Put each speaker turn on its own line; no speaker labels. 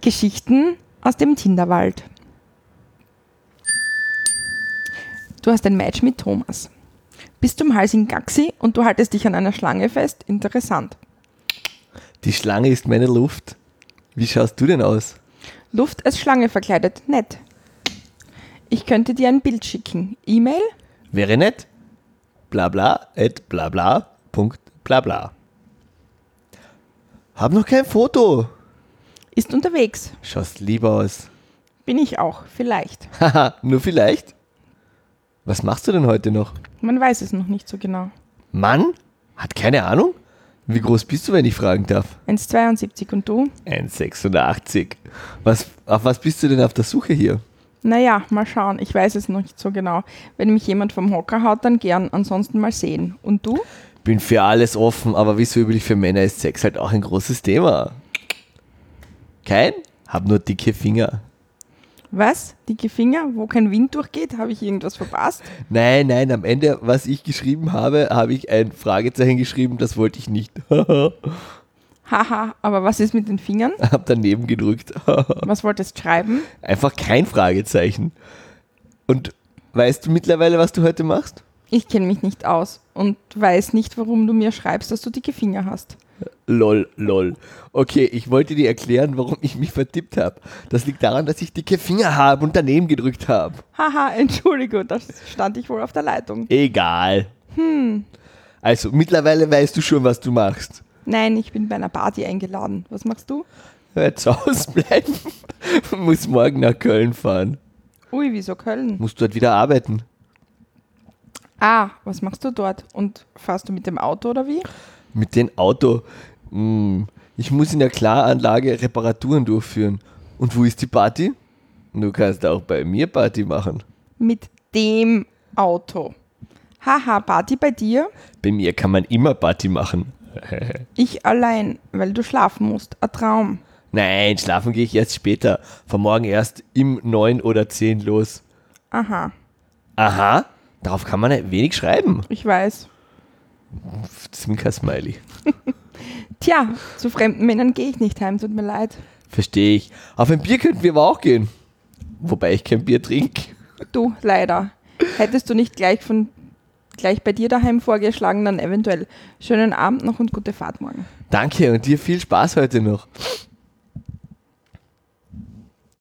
Geschichten aus dem Tinderwald. Du hast ein Match mit Thomas. Bist zum Hals in Gaxi und du haltest dich an einer Schlange fest. Interessant.
Die Schlange ist meine Luft. Wie schaust du denn aus?
Luft als Schlange verkleidet. Nett. Ich könnte dir ein Bild schicken. E-Mail?
Wäre nett. Bla bla at bla bla Punkt bla bla. Hab noch kein Foto.
Ist unterwegs.
Schaust lieber aus.
Bin ich auch. Vielleicht.
Haha, nur vielleicht. Was machst du denn heute noch?
Man weiß es noch nicht so genau.
Mann? Hat keine Ahnung? Wie groß bist du, wenn ich fragen darf?
1,72 und du?
1,86. Was, auf was bist du denn auf der Suche hier?
Naja, mal schauen. Ich weiß es noch nicht so genau. Wenn mich jemand vom Hocker haut, dann gern. Ansonsten mal sehen. Und du?
Bin für alles offen, aber wie so üblich für Männer ist Sex halt auch ein großes Thema. Kein? Hab nur dicke Finger.
Was? Dicke Finger? Wo kein Wind durchgeht? Habe ich irgendwas verpasst?
Nein, nein, am Ende, was ich geschrieben habe, habe ich ein Fragezeichen geschrieben, das wollte ich nicht. hab
Haha, aber was ist mit den Fingern?
daneben gedrückt.
Was wolltest schreiben?
Einfach kein Fragezeichen. Und weißt du mittlerweile, was du heute machst?
Ich kenne mich nicht aus und weiß nicht, warum du mir schreibst, dass du dicke Finger hast.
Lol, lol. Okay, ich wollte dir erklären, warum ich mich vertippt habe. Das liegt daran, dass ich dicke Finger habe und daneben gedrückt habe.
Haha, Entschuldigung, da stand ich wohl auf der Leitung.
Egal. Hm. Also, mittlerweile weißt du schon, was du machst.
Nein, ich bin bei einer Party eingeladen. Was machst du?
Hör zu Hause bleiben. Muss morgen nach Köln fahren.
Ui, wieso Köln?
Muss dort wieder arbeiten.
Ah, was machst du dort? Und fährst du mit dem Auto oder wie?
Mit dem Auto. Hm. Ich muss in der Klaranlage Reparaturen durchführen. Und wo ist die Party? Du kannst auch bei mir Party machen.
Mit dem Auto. Haha, Party bei dir?
Bei mir kann man immer Party machen.
Ich allein, weil du schlafen musst. Ein Traum.
Nein, schlafen gehe ich erst später. Von morgen erst im 9 oder 10 los.
Aha,
Aha, darauf kann man ja wenig schreiben.
ich weiß.
Zwinker-Smiley.
Tja, zu fremden Männern gehe ich nicht heim, tut mir leid.
Verstehe ich. Auf ein Bier könnten wir aber auch gehen. Wobei ich kein Bier trinke.
Du, leider. Hättest du nicht gleich von gleich bei dir daheim vorgeschlagen, dann eventuell. Schönen Abend noch und gute Fahrt morgen.
Danke und dir viel Spaß heute noch.